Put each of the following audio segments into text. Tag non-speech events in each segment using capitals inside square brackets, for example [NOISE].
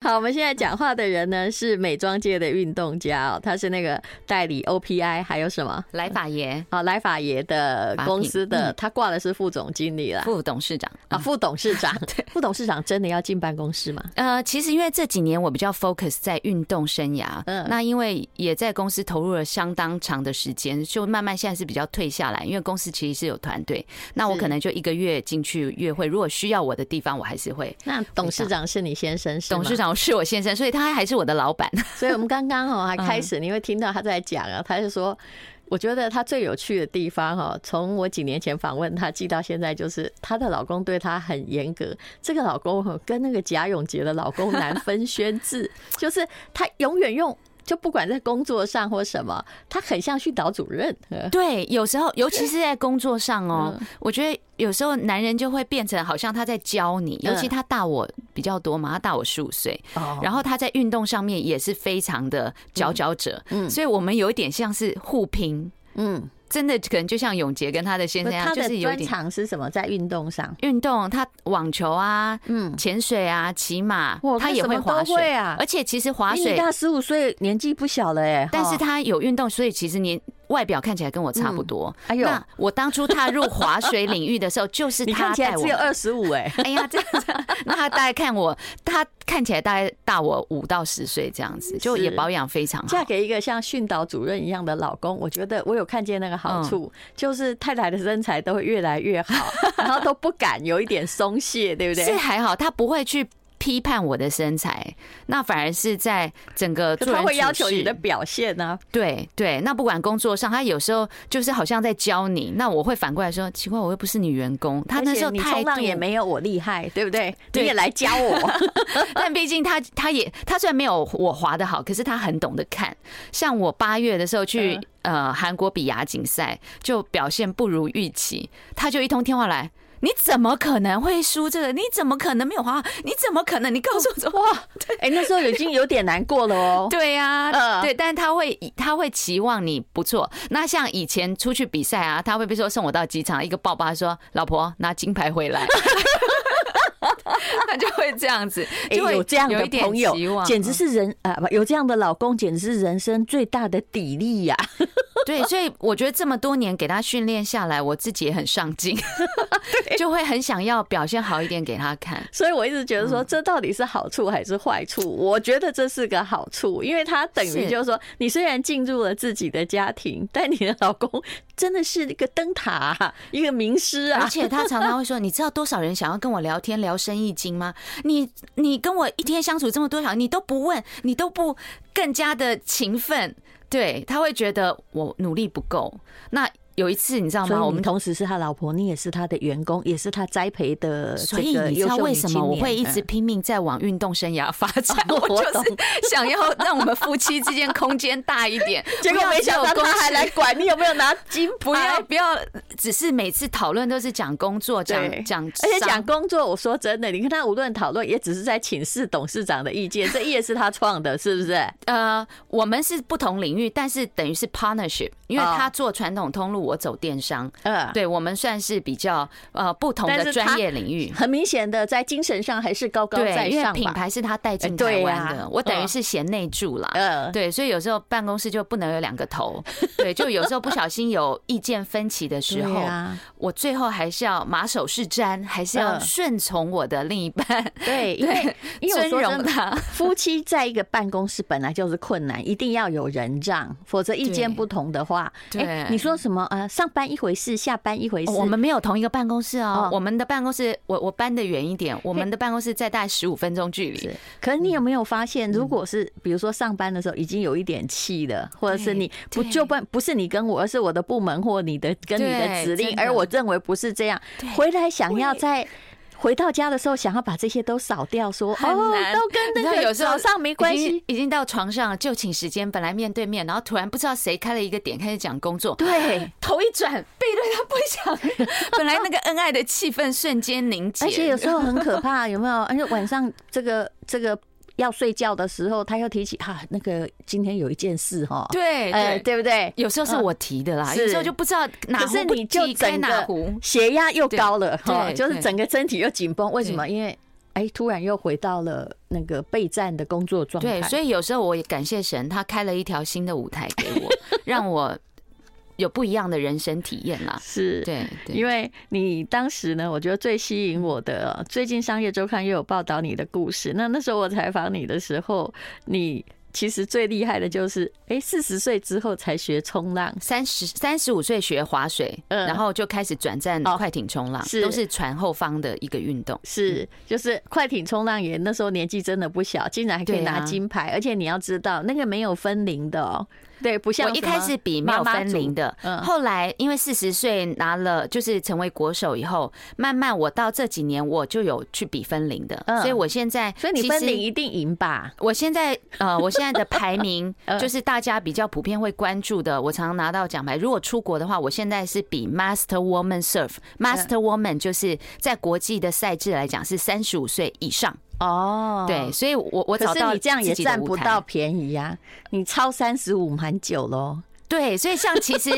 [LAUGHS] 好，我们现在讲话的人呢是美妆界的运动家哦，他是那个代理 OPI，还有什么？来法爷好，莱法爷的公司法的品嗯，他挂的是副总经理啦，嗯哦副董事长啊，副董事 [LAUGHS] 长，副董事长真的要进办公室吗？呃，其实因为这几年我比较 focus 在运动生涯，嗯那因为也在公司投入了相当长的时间，就慢慢现在是比较退下来，因为公司其实是有团队，那我是可能就一个月进去约会，如果需要我的地方，我还是会。那董事长是你先生是吗董事，长是我先生，所以他还是我的老板。所以我们刚刚哦还嗯开始，你会听到他在讲啊，他就说。我觉得他最有趣的地方哈，从我几年前访问他，记到现在，就是她的老公对她很严格。这个老公哦跟那个贾永杰的老公难分轩轾， [LAUGHS] 就是他永远用，就不管在工作上或什么，他很像训导主任。呃 [LAUGHS] 对，有时候尤其是在工作上哦，我觉得有时候男人就会变成好像他在教你，尤其嗯他大我比较多嘛，他大我十五岁，哦然后他在运动上面也是非常的佼佼者，所以我们有一点像是互拼，嗯，真的可能就像永杰跟他的先生一他样，就的是有一专点长是什么？在运动上，运动，他网球啊、嗯，潜水啊、骑马哇，他看也什会么划都会水啊而且其实划比你水，大十五岁，年纪不小了哎。但是哈他有运动，所以其实年外表看起来跟我差不多。哎呦那我当初踏入划水领域的时候，就是你他看起来带 [LAUGHS] 我只有。二十五哎， [LAUGHS] 哎呀，这样子，那他大概看我，他看起来大概大我五到十岁这样 [LAUGHS] 子，就也是保养非常 [LAUGHS] 好。嫁给一个像训导主任一样的老公，我觉得我有看见那个好处，就是太太的身材都会越来越 [LAUGHS] 好，然后都不敢有一点松懈，对不是对？还好，他不会去批判我的身材，那反而是在整个可做 [LAUGHS] 他人会要处求你事的表现啊呢、对对，那不管工作上，他有时候就是好像在教你，那我会反过来说，奇怪，我又不是你员工，他而那且时候你态冲度浪也，没有我厉害，对不对？对你也来教我， [LAUGHS] 但毕竟他他也他虽然没有我滑的好，可是他很懂得看。像我八月的时候去嗯呃韩国比亚锦赛，就表现不如预期，他就一通电话来。你怎么可能会输这个？你怎么可能没有滑好？你怎么可能？你告诉我怎么哇？ [LAUGHS] 哎、那时候已经有点难过了 [LAUGHS] 哦。对呀、嗯对，但他会他会期望你不错。那像以前出去比赛啊，他会比如说送我到机场，一个抱抱他说：“老婆，拿金牌回 [LAUGHS] 来。” [LAUGHS] 他就会这样子，哎就会有这样有的一点朋友期望，嗯简直是人啊！不，有这样的老公，简直是人生最大的砥砺呀！对。所以我觉得这么多年给他训练下来，我自己也很上进， [LAUGHS] [LAUGHS] 就会很想要表现好一点给他看。所以我一直觉得说，这到底是好处还是坏处？我觉得这是个好处，因为它等于是就是说，你虽然进入了自己的家庭，但你的老公真的是一个灯塔啊、一个名师而啊。且他常常会说：“你知道多少人想要跟我聊天聊生意经吗？你你跟我一天相处这么多小时，你都不问，你都不更加的勤奋。”对他会觉得我努力不够。那有一次你知道所以吗？我我们们同时是他老婆，你也是他的员工，也是他栽培的所这以个你知优道秀为女什青么年。我会一直嗯拼命在往运动生涯发展？哦 [LAUGHS] 我我，就是想要让我们夫妻之间空间大一点 [LAUGHS] 结果不要没想到只有公他司还来管你有没有拿金牌，不要不要，只是每次讨论都是讲工作，对讲讲商，而且讲工作，我说真的，你跟他无论讨论，也只是在请示董事长的意见，这也是他创的，是不是？呃，我们是不同领域，但是等于是 partnership，因为哦他做传统通路，我走电商，嗯，对我们算是比较呃不同但是的他专业领域。很明显的，在精神上还是高高在对，因为上品吧。牌是他带进哎对台呀湾的，我等于嗯是贤内助啦。嗯对，所以有时候办公室就不能有两个头，对，就有时候不小心有意见分歧的时候 [LAUGHS] 对，啊我最后还是要马首是瞻，还是要嗯顺从我的另一半，对，因为因为我尊说真的，荣他。夫妻在一个办公室本来就是困难，一定要有人让，否则意见对不同的话，对哎你说什么呃，上班一回事，下班一回事，哦我们没有同一个办公室哦哦，我们的办公室我我搬的远一点，我们的办公室在大概十五分钟距离是。可是你有没有发嗯现，如果是比如说上班的时候已经有一点气了，或者是你不对就不不是你跟我，而是我的部门或你的跟你的对指令真，的而我认为不是这样，对回来想要在。回到家的时候，想要把这些都扫掉，说很哦，难都跟你知那道个有时早候上没关已经系，已经到床上了就寝时间，本来面对面，然后突然不知道谁开了一个点开始讲工作， [LAUGHS] 对。头一转，背对他不想， [LAUGHS] 本来那个恩爱的气氛瞬间凝结，而且有时候很可怕，有没有？ [LAUGHS] 而且晚上这个这个要睡觉的时候，他又提起啊，那个今天有一件事哈，对呃，对对不对？有时候是我提的啦，嗯有时候就不知道哪可壶是不你就提整开哪个壶。血压又高了对哈，对就是整个身体又紧绷。为什么？因为哎、突然又回到了那个备战的工作状态。对，所以有时候我也感谢神，他开了一条新的舞台给 [LAUGHS] 我，让我有不一样的人生体验啦。是对，对因为你当时呢，我觉得最吸引我的呃，最近《商业周刊》又有报道你的故事。那那时候我采访你的时候，你其实最厉害的就是，哎，四十岁之后才学冲浪，三十三十五岁学划水，嗯然后就开始转战哦快艇冲浪，是都是船后方的一个运动。是就是快艇冲浪员，那时候年纪真的不小，竟然还可以对啊拿金牌，而且你要知道那个没有分龄的哦，对，不像我一什么开始比没妈有妈分龄组的，嗯后来因为四十岁拿了就是成为国手以后，慢慢我到这几年我就有去比分龄的，嗯所以我现在所以你其分实龄一定赢吧？我现在呃，我现在的排名 [LAUGHS] 嗯就是大家比较普遍会关注的。我常拿到奖牌。如果出国的话，我现在是比 Master Woman 嗯 Surf，Master Woman 就是在国际的赛制来讲是三十五岁以上。哦，对，。所以我我找可到是你这样也自己的占舞不台到便宜呀、你超三十五蛮久喽。对，所以像 [LAUGHS] 其实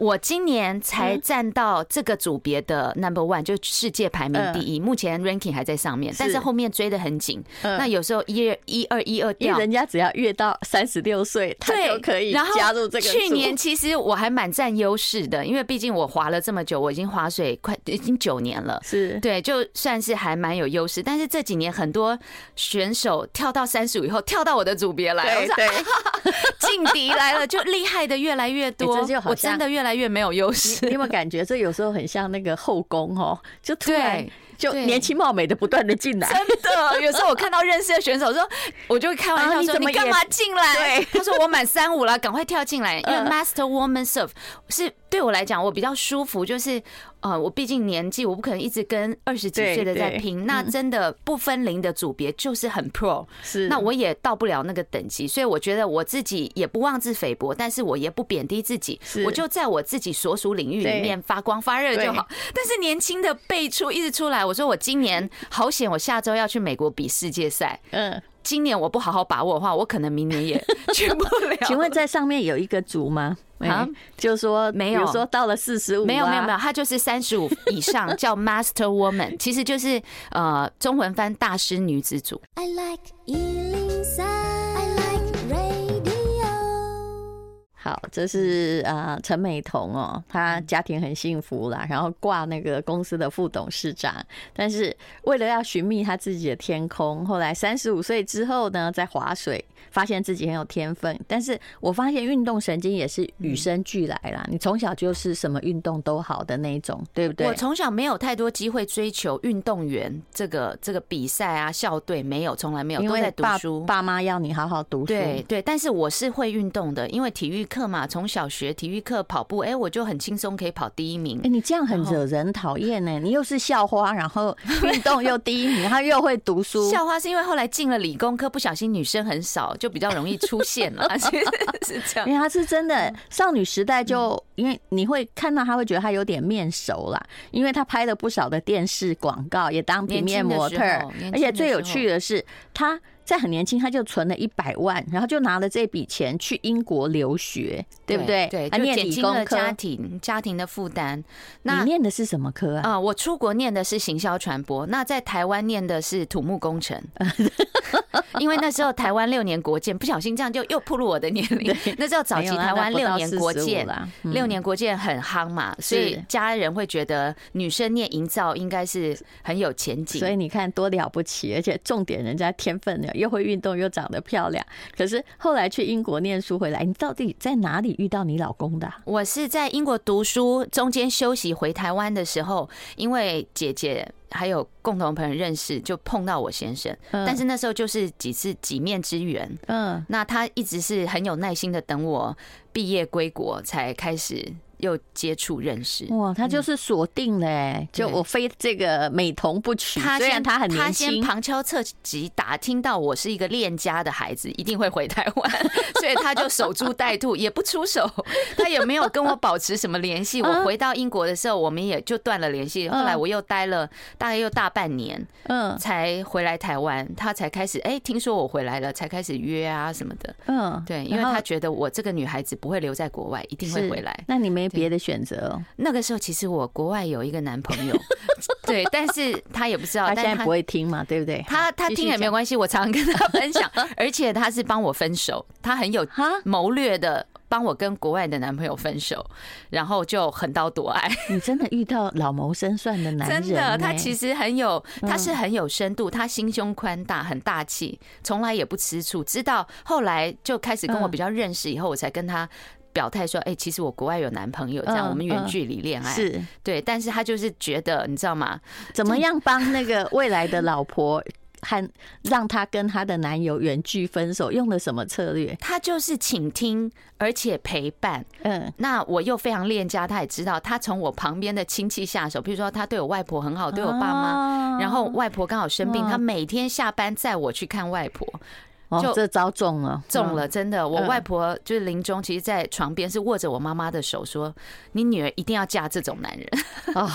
我今年嗯才站到这个组别的 number one，就世界排名第一，目前 ranking 还在上面，但是后面追得很紧。嗯那有时候一二一二一二因掉为，人家只要越到三十六岁，他对，就可以然后加入这个组。去年其实我还蛮占优势的，因为毕竟我滑了这么久，我已经滑水快已经九年了。是对，就算是还蛮有优势，但是这几年很多选手跳到三十五以后，跳到我的组别来，对我啊说对，劲敌来了，就厉害的越来越 [LAUGHS] 多，哎这就好我真像的越来越没有优势你有。没有感觉这有时候很像那个后宫哦？就突然对，就对年轻貌美的不断的进来，真的，有时候我看到认识的选手说，我就会开玩啊笑你说：“怎么你干也嘛进来？”对他说：“我满三五了，赶快跳进来。”因为嗯 Master Woman Surf 是对我来讲，我比较舒服，就是呃，我毕竟年纪，我不可能一直跟二十几对岁的在对嗯拼。那真的不分龄的组别就是很 pro，是那我也到不了那个等级，所以我觉得我自己也不妄自菲薄，但是我也不贬低自己是，我就在我自己所属领域里对面发光发热就好。但是年轻的辈出一直出来，我说我今年好险，我下周要去美国比世界赛，嗯，今年我不好好把握的话，我可能明年也 [LAUGHS] 去不了。 [LAUGHS] 请问在上面有一个组吗？啊啊，就是说没有比如说到了四十五，啊没有没有没有，，他就是三十五以上叫 Master Woman，其实就是呃中文翻大师女子组。 I like Ealing Sound. I like radio. 好，这是呃陈美彤哦，她家庭很幸福啦，然后挂那个公司的副董事长，但是为了要寻觅她自己的天空，后来三十五岁之后呢，在划水发现自己很有天分，但是我发现运动神经也是嗯与生俱来啦，你从小就是什么运动都好的那一种，对不对我？从小没有太多机会追求运动员这个这个比赛啊、校队没有，从来没有，因都为在读爸书。爸妈要你好好读书，对对，但是我是会运动的，因为体育课嘛，从小学体育课跑步，哎、我就很轻松可以跑第一名哎、。你这样很然后惹人讨厌呢！你又是校花，然 [LAUGHS] 后运动又第一名，然后又会读书，校花是因为后来进了理工科，不小心女生很少，就比较容易出现了， [LAUGHS] 其实是这样因。为她是真嗯的少女时代就，因为你会看到她，会觉得她有点面熟啦，因为她拍了不少的电视广告，也当平面模特年轻的时儿候年轻，的而且最有趣的是，她在很年轻，她就存了一百万，然后就拿了这笔钱去英国留学，对不对？对，她就念减理轻工了科，家庭家庭的负担。你那念的是什么科啊？啊、我出国念的是行销传播，那在台湾念的是土木 [LAUGHS] 工程，因为那时候台湾六年国建，不小心这样就又暴露我的年龄。 [LAUGHS] 那时候早期没有啊台湾那不六到年国45建啦，嗯六年国建很夯嘛，所以家人会觉得女生念营造应该是很有前景所。以你看多了不起，而且重点人家天分呢，又会运动又长得漂亮。可是后来去英国念书回来，你到底在哪里遇到你老公的啊、我是在英国读书，中间休息回台湾的时候，因为姐姐还有共同朋友认识，就碰到我先生。嗯但是那时候就是几次几面之缘，嗯，那他一直是很有耐心的等我毕业归国，才开始又接触认识。哇，他就是锁定了、欸，就嗯对我非这个美瞳不娶。他虽先然他很年他先轻，旁敲侧击打听到我是一个恋家的孩子，一定会回台湾， [LAUGHS] 所以他就守株待兔，也不 [LAUGHS] 出手，他也没有跟我保持什么联嗯系。我回到英国的时候，我们也就断了联系。后来我又待了大概又大半年，嗯才回来台湾，他才开始哎、听说我回来了，才开始约啊什么的。嗯，对，因为然后他觉得我这个女孩子不会留在国外，一定会是回来。那你没别的选择哦，那个时候其实我国外有一个男朋 [LAUGHS] 友，对，但是他也不知道，他但现在不会听嘛，对不对？他他继续听也没有关系，我常常跟他 [LAUGHS] 分享，而且他是帮我分手，他很有哈，谋略的帮我跟国外的男朋友分手，然后就横刀夺爱。你真的遇到老谋深算的男人、 [LAUGHS] 真的，他其实实很有，嗯他是很有深度，他心胸宽大，很大气，从来也不吃醋。直到后来就开始跟我嗯比较认识以后，我才跟他表态说：“哎，其实我国外有男朋友，这样嗯我们嗯远距离恋爱。”是对，但是他就是觉得，你知道吗？怎么样帮那个未来的老婆和让她跟她的男友远距分手，用了什么策略？他就是倾听，而且陪伴。嗯，那我又非常恋家，他也知道，他从我旁边的亲戚下手，比如说他对我外婆很好，对我爸妈。妈然后外婆刚好生病，嗯他每天下班载我去看外婆，哦就，这招中了，中嗯。了，真的。我嗯外婆就是临终，其实，在床边是握着我妈妈的手，说：“你女儿一定要嫁这种男人。 [LAUGHS] 哦”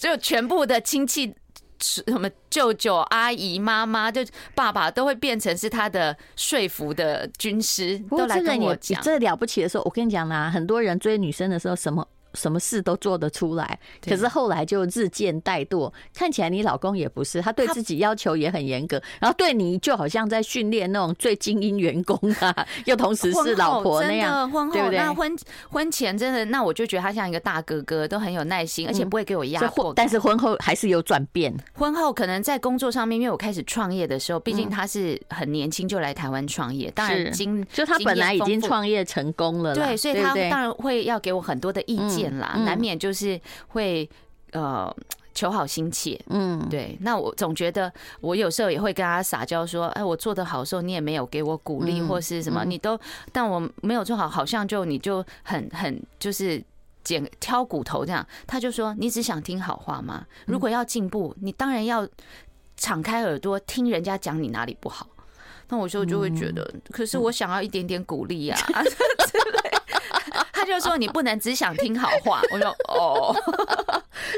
就全部的亲戚，什么舅舅、阿姨、妈妈，就爸爸，都会变成是他的说服的军师，不都过来这个跟你我你讲。这了不起的时候，我跟你讲啦，很多人追女生的时候，什么什么事都做得出来，对可是后来就日渐怠惰。看起来你老公也不是，他对他自己要求也很严格，然后对你就好像在训练那种最精英员工啊，又同时婚是老后婆那真样。的婚对不后对那婚婚前真的，那我就觉得他像一个大哥哥，都很有耐心，而且不会给我压嗯所以迫婚，感。但是婚后还是有转变，婚后可能在工作上面，因为我开始创业的时候，毕竟他是很年轻就来台湾创业，嗯当是然经就他本来已经经验丰富创业成功了啦，对，所以不他对当然会要给我很多的意见啦，嗯嗯难免就是会呃求好心切。嗯，对，那我总觉得我有时候也会跟他撒娇说，哎，我做的好的时候你也没有给我鼓励嗯或是什么，嗯你都但我没有做好，好像就你就很很就是。捡挑骨头这样，他就说：“你只想听好话吗？嗯如果要进步，你当然要敞开耳朵听人家讲你哪里不好。”那我就就会觉得，嗯可是我想要一点点鼓励呀、 [LAUGHS] 啊之类 [LAUGHS] 他就说：“你不能只想听好话。” [LAUGHS] 我说：“哦，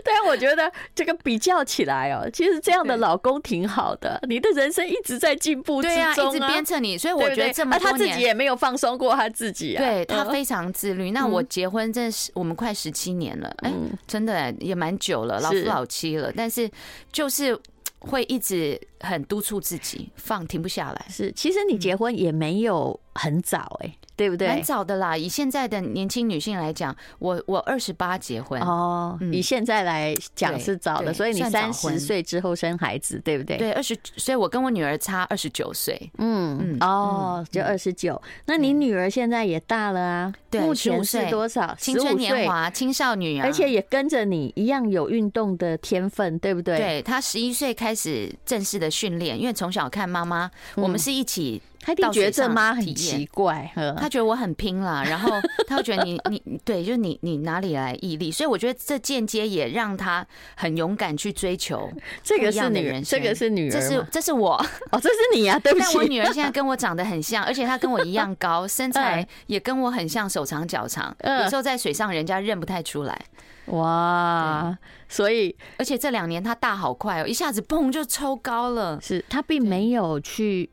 但我觉得这个比较起来哦，其实这样的对老公挺好的，你的人生一直在进步之对啊，中一直鞭策你。”所以对我不觉得对？这么啊多他自年己，也没有放松过他自己啊。对他嗯非常自律。那嗯我结婚真的是我们快十七年了，哎、嗯真的、哎也蛮久了，老夫是老妻了。但是就是会一直很督促自己，放停不下来，是，其实你结婚也没有很早哎、对不蛮对？早的啦。以现在的年轻女性来讲，我我二十八结婚，哦，嗯以现在来讲对是早的，对所以你算三早十婚岁之后生孩子，对不对？，对，二十，所以我跟我女儿差二十九岁，嗯嗯，哦嗯，就嗯二十九。那你女儿现在也大了啊，对目15前是岁多少？青15春岁年华、青少女啊，而且也跟着你一样有运动的天分，对不对？，对她十一岁开始正式的训练，因为从小看妈妈，嗯我们是一起，他一定觉得这妈到很水上体验奇怪，呵她觉得我很 [LAUGHS] 拼啦，然后她会觉得你你对，就是你你哪里来毅力，所以我觉得这间接也让她很勇敢去追求，这个不一是样的女人这个生是女儿这吗，是这是我，哦，这是你 [LAUGHS] 啊， [LAUGHS] 对不但我起，女儿现在跟我长得很像，而且她跟我一样高，身 [LAUGHS] 材也跟我很像，手长脚长，嗯有时候在水上人家认不太出来。哇，所以而且这两年他大好快哦，一下子砰就抽高了，是他并没有去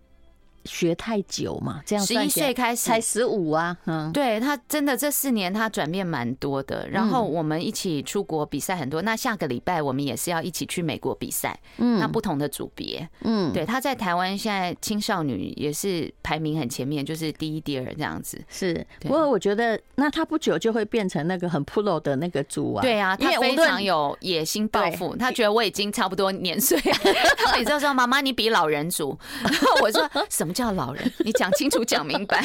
学太久嘛，这样十算一起来岁开始才。十五啊，嗯，对他真的这四年他转变蛮多的，然嗯后我们一起出国比赛很多。那下个礼拜我们也是要一起去美国比赛，嗯那不同的组别。嗯，对，他在台湾现在青少女也是排名很前面，就是第一、第二这样子。是。不对过我觉得，那他不久就会变成那个很 pro 的那个猪啊，对啊，因他为无非常论有野心抱负，他觉得我已经差不多年岁了， [LAUGHS] 他每次都说妈妈你比老人族，然后我说什么叫老人？你讲清楚讲明白。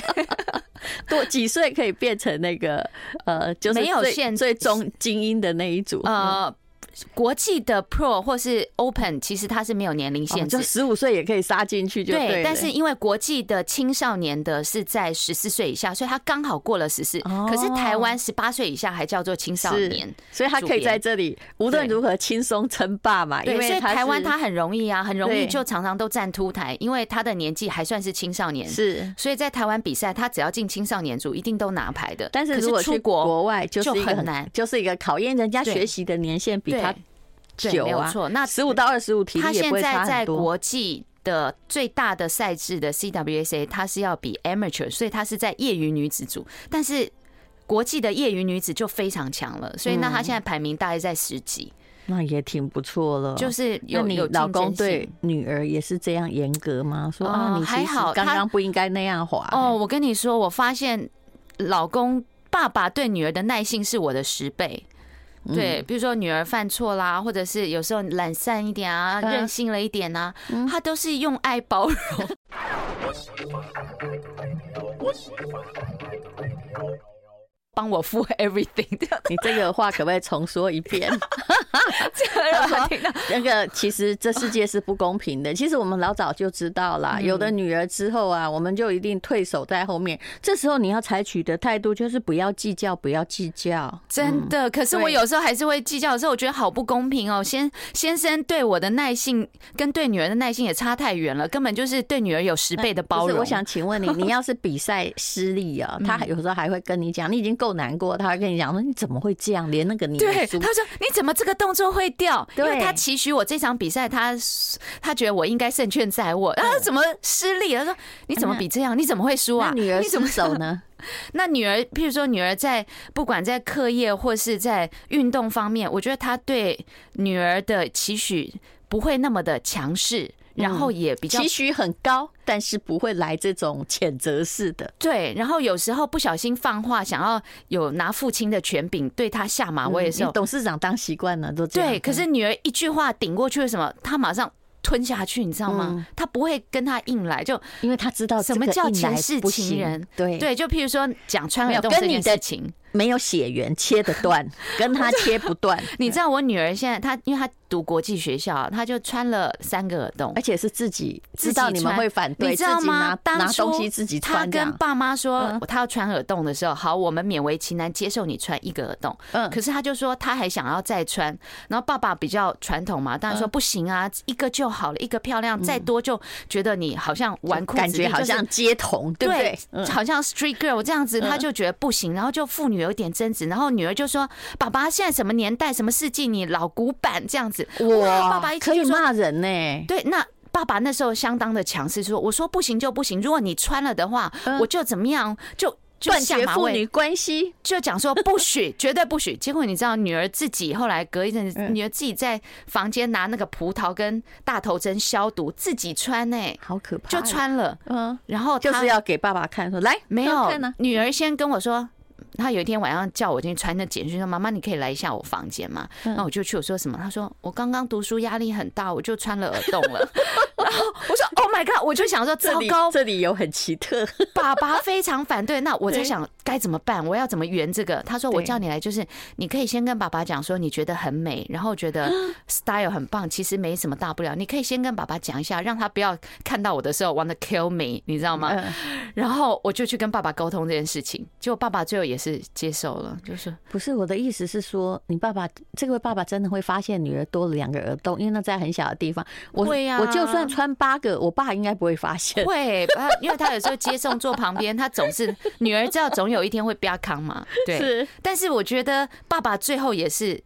多几岁可以变成那个呃，就是没有最限最中精英的那一组，嗯呃，国际的 Pro 或是 Open，其实它是没有年龄哦限制。就十五岁也可以杀进去就对，了但是因为国际的青少年的是在十四岁以下，所以他刚好过了十四、哦可是台湾十八岁以下还叫做青少是年，所以他可以在这里无论如何轻松称霸嘛，因对，所为以他台湾是他很容易啊，很容对易就常常都站凸台，因为他的年纪还算是青少年，是，所以在台湾比赛，他只要进青少年组，一定都拿牌的。但是可如果出去国，国外就是就一个很难就是一个考验人家对学习的年限比对他对，久没有啊，错。那十五到二十五题他也现不会在差在很多。国际的最大的赛制的 CWSA，他是要比 amateur，所以他是在业余女子组，但是。国际的业余女子就非常强了，所以那嗯她现在排名大概在十几，那也挺不错了。就是哦那有你有老竞公争对性女儿也是这样严格吗？说啊，哦你还其实好刚他刚不应该那样滑。哦，，我跟你说，我发现老公爸爸对女儿的耐性是我的十倍。对，比如说女儿犯错啦，或者是有时候懒散一点啊，嗯任性了一点啊，他都是用爱包容。帮我付 everything，这样 [LAUGHS] 你这个话可不可以重说一遍？让我听到。 [LAUGHS] 那个其实这世界是不公平 [LAUGHS] 的。其实我们老早就知道啦，嗯有的女儿之后啊，我们就一定退守在后面。这时候你要采取的态度就是不要计较，不要计较。真嗯的，可是我对有时候还是会计较，有时候我觉得好不公平哦。先先生对我的耐性跟对女儿的耐性也差太远了，根本就是对女儿有十倍的包不嗯是，容。嗯我想请 [LAUGHS] 问你，你要是比赛失利啊，他有时候还会跟你讲，你已经够难过，他还跟你讲说你怎么会这样，连那个你也 [LAUGHS] 对，输他说你怎么这个动作会掉？因为对他期许我这场比赛，他他觉得我应该胜券在握，嗯然后怎么失利了？他说你怎么比这样？你怎么会输那啊？女儿你怎失么手 [LAUGHS] 呢？那女儿，譬如说女儿在不管在课业或是在运动方面，我觉得她对女儿的期许不会那么的强势，然嗯后也 [LAUGHS] 比较期许很高，但是不会来这种谴责式的。对，然后有时候不小心放话，想要有拿父亲的权柄对她下马，我也是嗯你有。董事长当习惯了，都这样。嗯对，可是女儿一句话顶过去了，什么？她马上。吞下去，你知道嗯吗？她不会跟他硬来，就因为他知道什这么个叫一来前世不行情人对，对，就譬如说讲穿没有耳洞跟这你件的事情，没有血缘切得 [LAUGHS] 断，跟他切不断，你知道我女儿现在她，因为她读国际学校，她就穿了三个耳洞而，且是自己自知己道你们穿会反对，你知道自己拿吗？当拿初东西自己她穿这跟样，爸妈说嗯她要穿耳洞的时候，好，我们勉为其难接受你穿一个耳洞。嗯可是她就说她还想要再穿，然后爸爸比较传统嘛，当然说嗯不行啊，一个就好了，一个漂亮，再多就觉得你好像纨绔感子弟觉好就是像街童，对不对？嗯好像 street girl 这样子，他就觉得不行，然后就父女有点争执，然后女儿就说：“爸爸，现在什么年代，什么世纪，你老古板这样子。”哇，爸爸一可听以就说骂人呢，对，那爸爸那时候相当的强势，说：“我说不行就不行，如果你穿了的话，我就怎么样，就就嗯断下绝马父威女，关系，就讲说不许， [LAUGHS] 绝对不许。”结果你知道，女儿自己后来隔一阵嗯子，女儿自己在房间拿那个葡萄跟大头针消毒，自己穿呢、好可怕，就，穿了，嗯，然后就她是要给爸爸看，说来没给我有看啊呢，，女儿先跟我说。她有一天晚上叫我进去传那简讯，说：“妈妈，你可以来一下我房间吗？”嗯那我就去，我说什么？她说：“我刚刚读书压力很大，我就穿了耳洞 [LAUGHS] 了。”然后我说：“Oh my god！” 我就想说，这糟里糕，这里有很奇 [LAUGHS] 特，爸爸非常反对。那我在对想该怎么办？我要怎么圆这个？他说：“我对叫你来，就是你可以先跟爸爸讲说你觉得很美，然后 [GASPS] 觉得 style 很棒，其实没什么大不了。你可以先跟爸爸讲一下，让他不要看到我的时候 wanna kill me，你知道吗？”嗯然后我就去跟爸爸沟通这件事情，结果爸爸最后也是接受了，就是不是我的意思是说，你爸爸这位爸爸真的会发现女儿多了两个耳洞，因为那在很小的地方。我会呀我就算穿八个，我爸应该不会发现。会，他因为他有时候接送坐旁边，他总是女儿知道总有一天会被他康 [LAUGHS] 嘛，对。是但是我觉得爸爸最后也是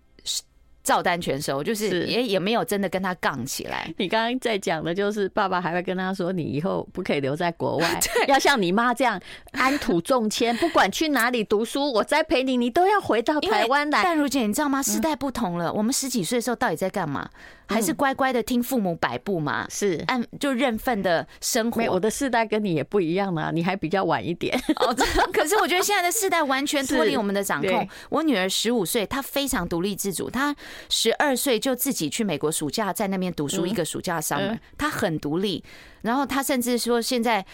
照单全收，就是是也也没有真的跟他杠起来。你刚刚在讲的就是爸爸还会跟他说，你以后不可以留在国 [LAUGHS] 外，要像你妈这样安土重迁，不管去哪里读书，我栽培你，你都要回到因为台湾来。但如姐，你知道吗？时代不同了，我们十几岁的时候到底在干嘛？还是乖乖的听父母摆布嘛？是。按就认份的生活没，有，我的世代跟你也不一样啦，你还比较晚一 [LAUGHS] 点。哦，这可是我觉得现在的世代完全脱离是我们的掌控对。我女儿十五岁，她非常独立自主，她十二岁就自己去美国暑假，在那边读嗯书一个暑假 summer，、她很独立。然后她甚至说现在。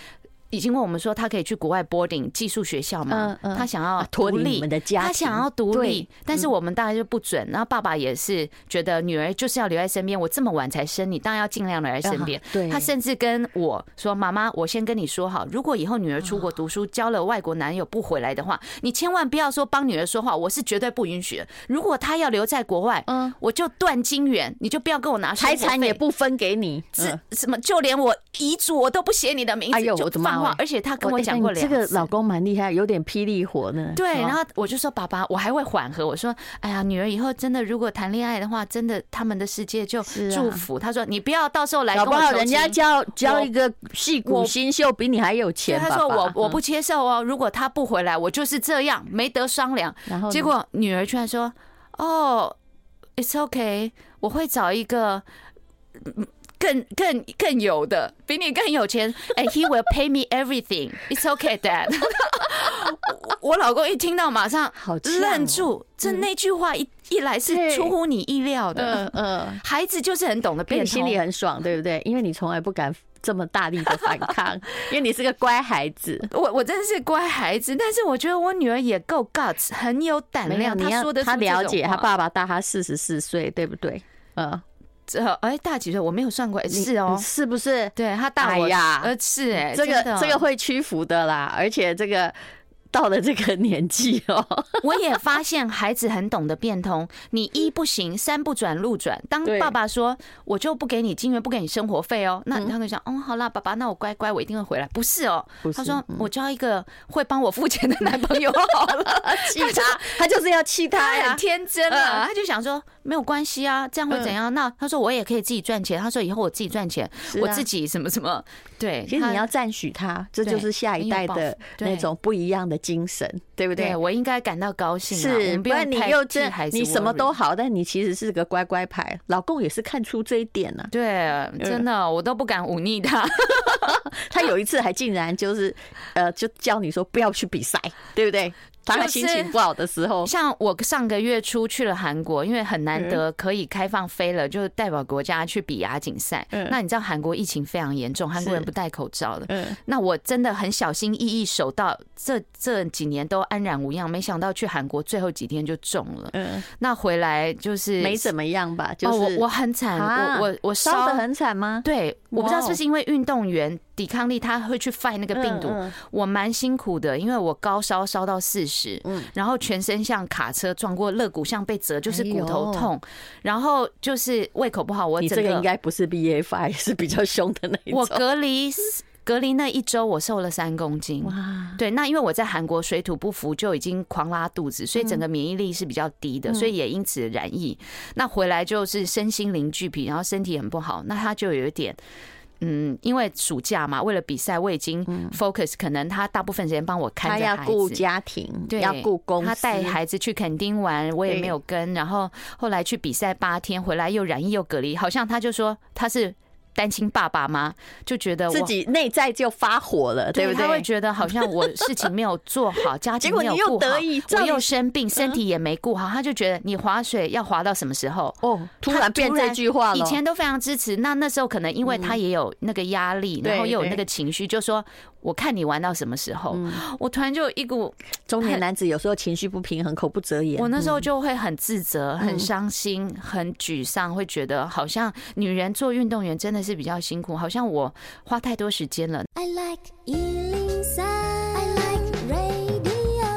已经问我们说，她可以去国外 boarding 寄宿学校嘛？嗯嗯她想要啊脱离独立你们的家她庭想要独对，立嗯但是我们大概就不准。然后爸爸也是觉得女儿就是要留在身边，我这么晚才生你，当然要尽量留在身边啊。对她甚至跟我说：“妈妈，我先跟你说好，如果以后女儿出国读书，交了外国男友不回来的话，嗯你千万不要说帮女儿说话，我是绝对不允许的。如果她要留在国外，嗯我就断金元，你就不要跟我拿生财活产费也。不分给你，是嗯什么？就连我遗嘱我都不写你的名字，哎呦就我的妈放话，而且他跟我讲过哎两你次。这个老公蛮厉害，有点霹雳火呢。对，是吧然后我就说爸爸，我还会缓和，我说哎呀，女儿以后真的如果谈恋爱的话，真的他们的世界就是啊祝福。他说你不要到时候来搞跟不我好求人家亲交交我一个戏骨我新秀，比你还有所以钱吧。他说我爸嗯我不，接受哦，如果他不回来，我就是这样，没得商量。嗯然后呢结果女儿居然说：“哦，It's okay，我会找一个嗯更更更有的，比你更有钱。哎、h e will pay me everything. It's okay, Dad [LAUGHS] 我。”我老公一听到马上好呛哦愣住，这那句话一一来是对出乎你意料嗯的，嗯，孩子就是很懂得可变你心里通。很爽，对不对？因为你从来不敢这么大力的反 [LAUGHS] 抗，因为你是个乖孩子。我我真的是乖孩子，但是我觉得我女儿也够 guts，很有胆没有，量。你她要说的他了解，他爸爸大他四十四岁，对不对？嗯，呃，哎、大几岁？我没有算过，哎是哦，是不是？对他大我哎呀呃是哎，这真个的这个会屈服的啦，而且这个到了这个 [LAUGHS] 年纪哦、 [LAUGHS] 我也发现孩子很懂得变通。你一不行，三不转路转。当对爸爸说我就不给你金元，不给你生活费哦，嗯那他会想，哦好啦，爸爸，那我乖乖，我一定会回来。不是哦 [LAUGHS] 不，是嗯他说我交一个会帮我付钱的男朋友好了。气他，他就是要气他啊他呀很。天真啊，嗯他就想说没有关系啊，这样会怎样？那他说我也可以自己赚钱。他说以后我自己赚钱，是啊我自己什么什么。对，其实他你要赞许他，这对就是下一代很有抱的负对那种不一样的精神，对不对对？我应该感到高兴啊。我是，们不不用然你太又替这孩，子你什么 worry 都好，但你其实是个乖乖牌。老公也是看出这一点啊呢、对，嗯真的，我都不敢忤 [LAUGHS] 逆他。他有一次还竟然就是，呃，就叫你说不要去比赛，对不对？当他心就情是不好的时 [LAUGHS] 候，像我上个月初去了韩国，因为很难得嗯可以开放飞了，就代表国家去比亚锦赛。嗯那你知道韩国疫情非常严重，韩国人是不戴口罩的。嗯，那我真的很小心翼翼守到这这几年都安然无恙，没想到去韩国最后几天就中了。嗯那回来就是没怎么样吧？就是、哦，我我很惨，啊我我我烧烧的很惨吗？对，我不知道是哇哦不是因为运动员抵抗力他会去 fight 那个病毒，嗯嗯我蛮辛苦的，因为我高烧烧到四十、嗯然后全身像卡车撞过，肋骨像被折，就是哎骨呦头痛，然后就是胃口不好，我你整这个应该不是 BFI，是比较凶的那一种。我隔离隔离那一周，我瘦了三公斤。哇，对，那因为我在韩国水土不服，就已经狂拉肚子，所以整个免疫力是比较低嗯的，所以也因此染疫。那回来就是身心灵俱疲，然后身体很不好，那他就有一点。嗯，因为暑假嘛，为了比赛，我已经 focus，可能他大部分时间帮我看他嗯着要孩顾子，家庭，对，要顾公司，他带孩子去垦丁玩，我也对没有跟。然后后来去比赛八天，回来又染疫又隔离，好像他就说他是单亲爸爸吗？就觉得我自己内在就发火了，对不他会对？觉得好像我事情没有做 [LAUGHS] 好，家结庭果没有你又顾得好意，嗯我照理又生病，身体也没顾好，他就觉得你划水要划到什么时候？哦，突他然变这句话了，嗯以前都非常支持。那那时候可能因为他也有那个压力，然后对又有对嗯那个情绪，就说我看你玩到什么时候。我突然就一股，中年男子有时候情绪不平衡，口不择言。我那时候就会很自责、嗯很伤心、很沮丧，会觉得好像女人做运动员真的是比较辛苦，好像我花太多时间了。 I like Ealing Sound. I like radio.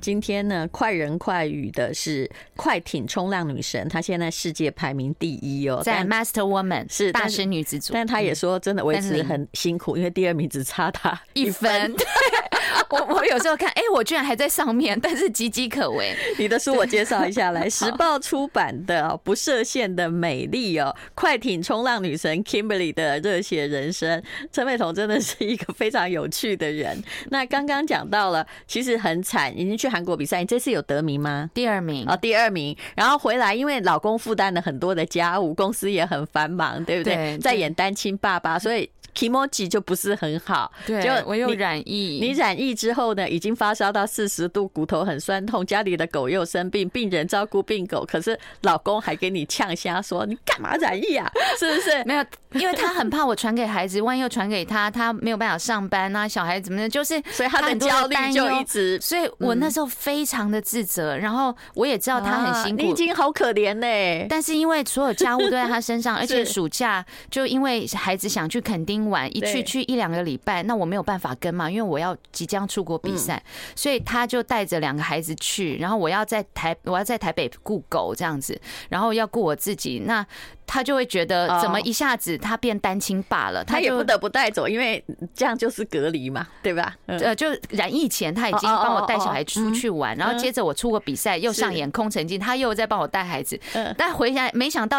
今天呢，快人快语的是快艇冲浪女神，她现在世界排名第一哦，在但 Master Woman 是大但是师女子组，但她也说真的维但持是很辛苦，因为第二名只差她一分。对， [LAUGHS] 我我有时候看，哎、我居然还在上面，但是岌岌可 [LAUGHS] 危。你的书我介绍一下 [LAUGHS] 来，《时报》出版的哦《不设限的美丽》哦，快艇冲浪女神 Kimberly 的热血人生。陈美彤真的是一个非常有趣的人。那刚刚讲到了，其实很惨，已经去韩国比赛，你这次有得名吗？第二名啊、，第二名，然后回来，因为老公负担了很多的家务，公司也很繁忙，对不对？对在对演单亲爸爸， [LAUGHS] 所以 Kimoji 就不是很好。对，就我又你染疫。你染疫之后呢，已经发烧到四十度，骨头很酸痛，家里的狗又生病，病人照顾病狗，可是老公还给你呛瞎说你干嘛染疫啊？是不是？没有，因为他很怕我传给孩子，万一又传给他，他没有办法上班啊，小孩怎么的，就是所以他的很多焦虑担就忧一直嗯所以我那时候非常的自责，然后我也知道哦他很辛啊你苦已，经好可怜嘞、 [LAUGHS] 但是因为所有家务都在他身上，而且是暑假就因为孩子想去垦丁听完，一去对去一两个礼拜，那我没有办法跟嘛，因为我要即将出国比赛，嗯所以他就带着两个孩子去，然后我要在台我要在台北雇狗这样子，然后要顾我自己，那他就会觉得哦怎么一下子他变单亲爸了，他也就不得不带走，因为这样就是隔离嘛，对吧？嗯呃，就染疫前他已经哦哦哦帮我带哦小孩出去玩，然后嗯接着我出国比赛又是上演空城计，他又在帮我带孩子嗯，但回来没想到。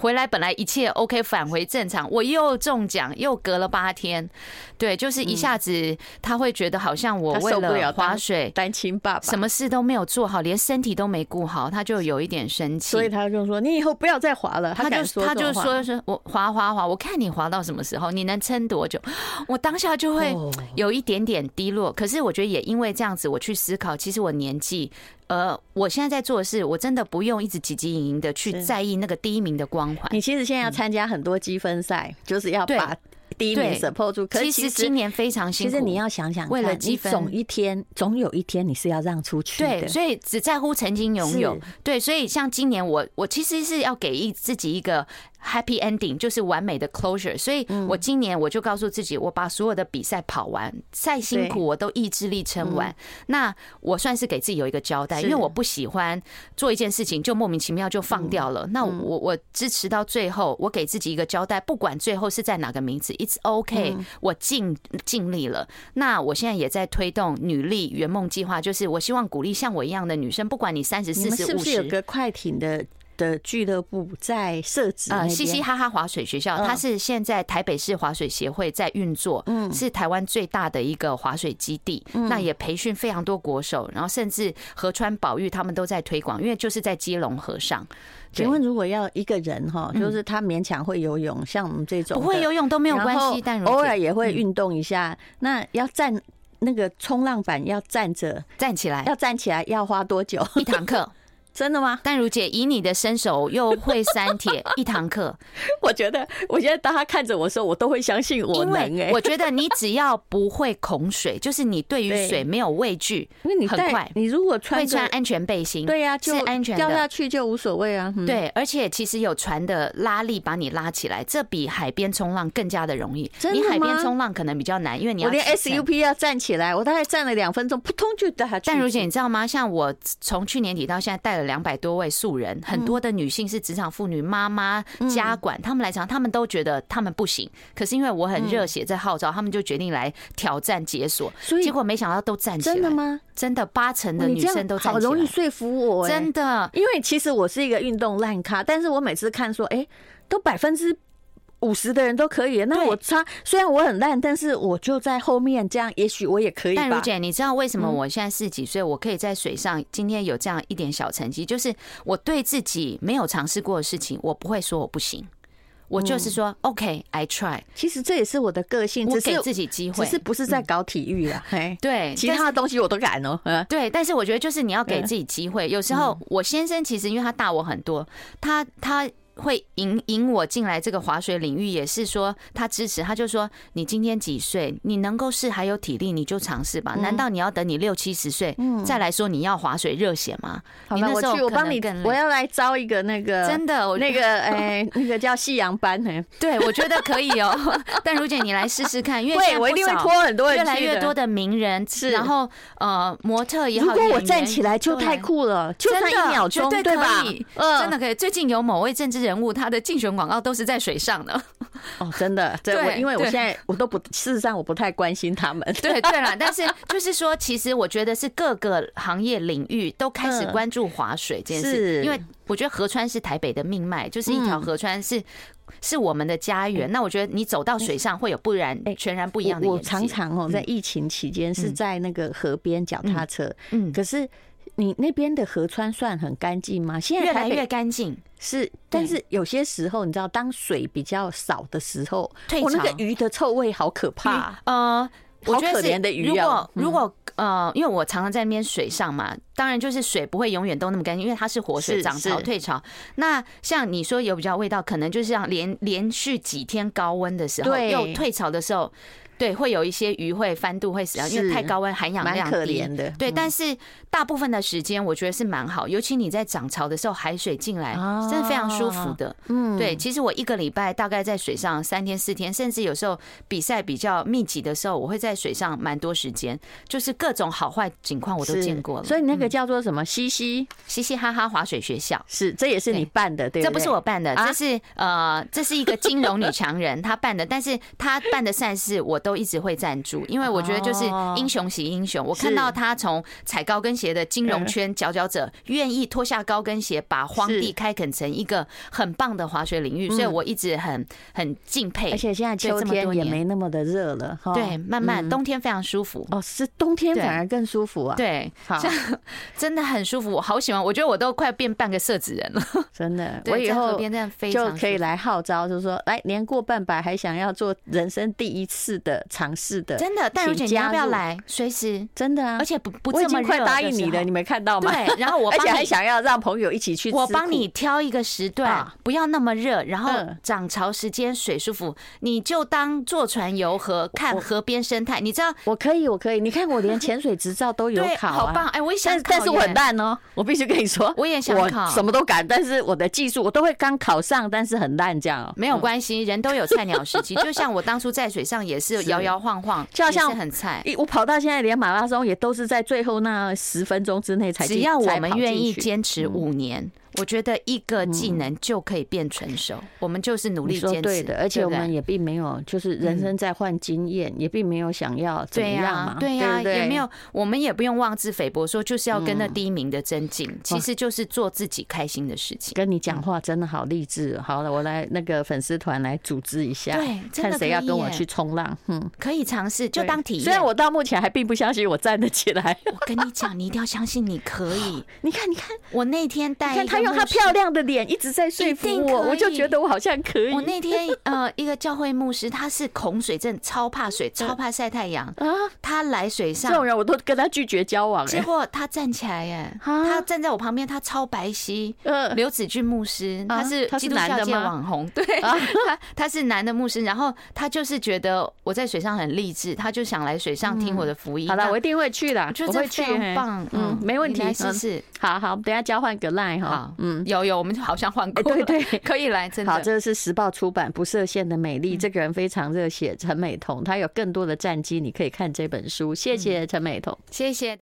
回来本来一切 OK 返回正常，我又中奖，又隔了八天，对，就是一下子他会觉得好像我他为受不了当划水单亲爸爸什么事都没有做好，连身体都没顾好，他就有一点生气。所以他就说：“你以后不要再滑了。”他敢就说他这就种话说是我滑滑滑，我看你滑到什么时候，你能撑多久？我当下就会哦有一点点低落。可是我觉得也因为这样子，我去思考，其实我年纪，呃，我现在在做的事，我真的不用一直汲汲营营的去是在意那个第一名的光环。你其实现在要参加很多积分赛，就是要嗯对把第一名对 support 住。可是其其实实今年非常辛其苦，实你要想想看，为了积你分总一天，总有一天你是要让出去的。对，所以只在乎曾经拥有是。对，所以像今年我我其实是要给一自己一个 happy ending，就是完美的 closure。所嗯以我今年我就告诉自己，我把所有的比赛跑完，再辛苦我都意志力撑嗯完。那我算是给自己有一个交代，是因为我不喜欢做一件事情就莫名其妙就放掉嗯了。那我我支持到最后，我给自己一个交代，不管最后是在哪个名字，it's OK，我嗯尽尽力了。那我现在也在推动女力圆梦计划，就是我希望鼓励像我一样的女生，不管你三十、你四们十、是五不是有十。个快艇的的俱乐部在设置那呃，边？嘻嘻哈哈滑水学校，嗯它是现在台北市滑水协会在运作，嗯是台湾最大的一个滑水基地。那也培训非常多国手，然后甚至河川保育他们都在推广，因为就是在基隆河上。对嗯请问，如果要一个人哈，就是他勉强会游泳，像我们这种不的会游泳都没有然关后系，但如偶果嗯尔也会运动一下。那要站那个冲浪板要站着，站起来要站起来要花多久？ [LAUGHS] 一堂课。真的吗？但如姐以你的身手又会删 [LAUGHS] 帖，一堂课， [LAUGHS] 我觉得，我觉得当他看着我的时候，我都会相信我因能、为欸。[LAUGHS] 我觉得你只要不会恐水， [LAUGHS] 就是你对于对水没有畏惧，因为你很带快你如果会穿着穿安全背心，对呀、啊是就安全掉的下。去就无所谓啊。嗯，对，而且其实有船的拉力把你拉起来，这比海边冲浪更加的容易。真的你海边吗冲浪可能比较难，因为你要我连起身 SUP 要站起来，我大概站了两分钟，扑通就掉下去。但如姐，你知道吗？像我从去年底到现在带了两百多位素人，很多的女性是职场妇女、妈妈、嗯家管，她们来讲，她们都觉得她们不行。可是因为我很热嗯血在号召，她们就决定来挑战解锁。所以结果没想到都站起来，真的？吗？哦真的，八成的你女这生样都站好起容易来，说服我、欸，真的。因为其实我是一个运动烂咖，但是我每次看说，哎、都百分之五十的人都可以，那对我差虽然我很烂，但是我就在后面，这样也许我也可以哎但如吧。姐，你知道为什么我现在四十几岁，我可以在水上今天有这样一点小成绩？就是我对自己没有尝试过的事情，我不会说我不行，我就是说 OK，I try，其实这也是我的个性，我哦只给是自己机只会。嗯是不是在搞体育啦，嘿，对，其但他的东西我都敢哦、嗯对，但是我觉得就是你要给自己机会。有时候我先生其实因为他大我很多，他他会引引我进来这个滑水领域，也是说他支持，他就说你今天几岁，你能够试还有体力，你就尝试吧。嗯难道你要等你六七十岁再来说你要滑水热血吗？好你了，那我时候去，我可帮能你更，累我要来招一个那个真的，我呃那个哎、那个叫夕阳班，嘿，对我觉得可以哦。 [LAUGHS] 但如姐，你来试试看，因为现会，在我一不定会少拖很多人越来去越的多的名人，是然后呃模特也如好，果我演员站起来就都太酷了，就真算的一秒钟，绝对对可吧以？嗯真的可以。最近有某位政治人物，他的竞选广告都是在水上 [LAUGHS] 的。哦，真 [LAUGHS] 的，对，我对因为我对现在我都不，事实上我不太关心他们。对对啦，但是就是说，其实我觉得是各个行业领域都开始嗯关注划水这件事，是因为我觉得河川是台北的命脉，就是一条嗯河川是。是我们的家园，那我觉得你走到水上会有不然哎全然不不一样的嗯我眼我常界。常哦，在疫情期间是在那个河边脚踏车，嗯，可是你那边的河川算很干净吗？现在越台来越北干净，是，但是有些时候你知道，当水比较少的时候，哦退我那个潮鱼的臭味好可怕。呃，我好觉得可是怜的鱼如果哦如果呃，因为我常常在那边水上嘛，当然就是水不会永远都那么干净，因为它是活水是涨潮是退潮。那像你说有比较味道，可能就是像连连续几天高温的时候，对又退潮的时候。对，会有一些鱼会翻肚会死掉，因为是太高温含氧蛮量可低怜的嗯对，但是大部分的时间我觉得是蛮好，尤其你在涨潮的时候，海水进来啊哦真的非常舒服的。嗯，对，其实我一个礼拜大概在水上三天四天，甚至有时候比赛比较密集的时候，我会在水上蛮多时间，就是各种好坏景况我都是见过了。嗯所以那个叫做什么西西，嘻嘻哈哈滑水学校。是这也是你对办的，对这不不是对我办的，啊这是呃，这是一个金融女强人她办的，但是她办的善事我都一直会赞助，因为我觉得就是哦英雄惜英雄。我是嗯看到她从踩高跟鞋的金融圈佼佼者，愿意脱下高跟鞋，把荒是嗯地开垦成一个很棒的滑雪领域，所以我一直很很敬佩。而且现在对秋这么天多也年没那么的热了哈。对，慢慢嗯冬天非常舒服。哦，是冬天对反而更舒服啊，，对，好，真的很舒服，我好喜欢，我觉得我都快变半个社子 [LAUGHS] 人了。真的，对我以在河后边真的非就常可以舒服来号召，就是说，来年过半百还想要做人生第一次的尝试的，真的，但如姐请你要不加要入来？随时。真的啊，而且不不我已这么经快热答的应时你了，候你没看到吗？对，然后我 [LAUGHS] 而且帮还你想要让朋友一起去，我帮你。挑一个时段啊，不要那么热，然后嗯涨潮时间水舒服，你就当坐船游河，看河边生态。你知道，我可以，我可以，你看我连潜水执照都有对，考、啊，好棒！哎，我也想但但是考我耶很，烂哦，我必须跟你说，我也想我考什么都敢，但是我的技术我都会刚考上，但是很烂这样哦。没有关系，人都有菜鸟时期，就像我当初在水上 [LAUGHS] 也是摇摇晃晃，就好也是像很菜。一我跑到现在连马拉松也都是在最后那十分钟之内才进，只要我才们跑进愿意去坚持嗯五年，我觉得一个技能就可以变成熟。我们就是努你力说坚对持的，而且对我不对嗯们也并没有，就是人生在换经验，也并没有想要怎么对样呀嘛，。对呀、对不对也没有，我们也不用妄自菲薄，说就是要跟嗯那第一名的争竞，哦其实就是做自己开心的事情。跟你讲话真的好励志哦。好了，我来那个粉丝团来组织一下，对真的看谁要可以跟我耶去冲浪。嗯，可以尝试，就对当体验。虽然我到目前还并不相信我站得起来，我跟你讲，你一定要相信 [LAUGHS] 你可以。你看，你看，我那天带哦你一 [LAUGHS] 个看，他用他牧师漂亮的脸一直在说服一定我，可我就觉以得我好像可以。我那天 [LAUGHS] 呃，一个教会牧师，他是恐水症，超怕水，超怕晒太阳。啊，他来水这种上，人我都跟他拒绝交往、结欸。果他站起来，哎，啊他站在我旁边，他超白皙。欸嗯呃，刘子俊牧师，啊他是他是基督教男的界吗啊网红，对，他他是男的牧师，然后他就是觉得我在水上很励志，他就想来水上听我的福音。嗯好了，那我一定会去的我，觉我得这会去非，常嘿棒，嗯，没问题你来，试嗯，试。好好，等一下交换个 line 哈好，，嗯嗯，，有有，我们好像换过，哎对对可以来，真好，的。嗯这是时报出版《不设限的美丽》，这个人非常嗯热血，陈美彤，她有更多的战绩，你可以看这本书。谢谢陈美彤。谢谢。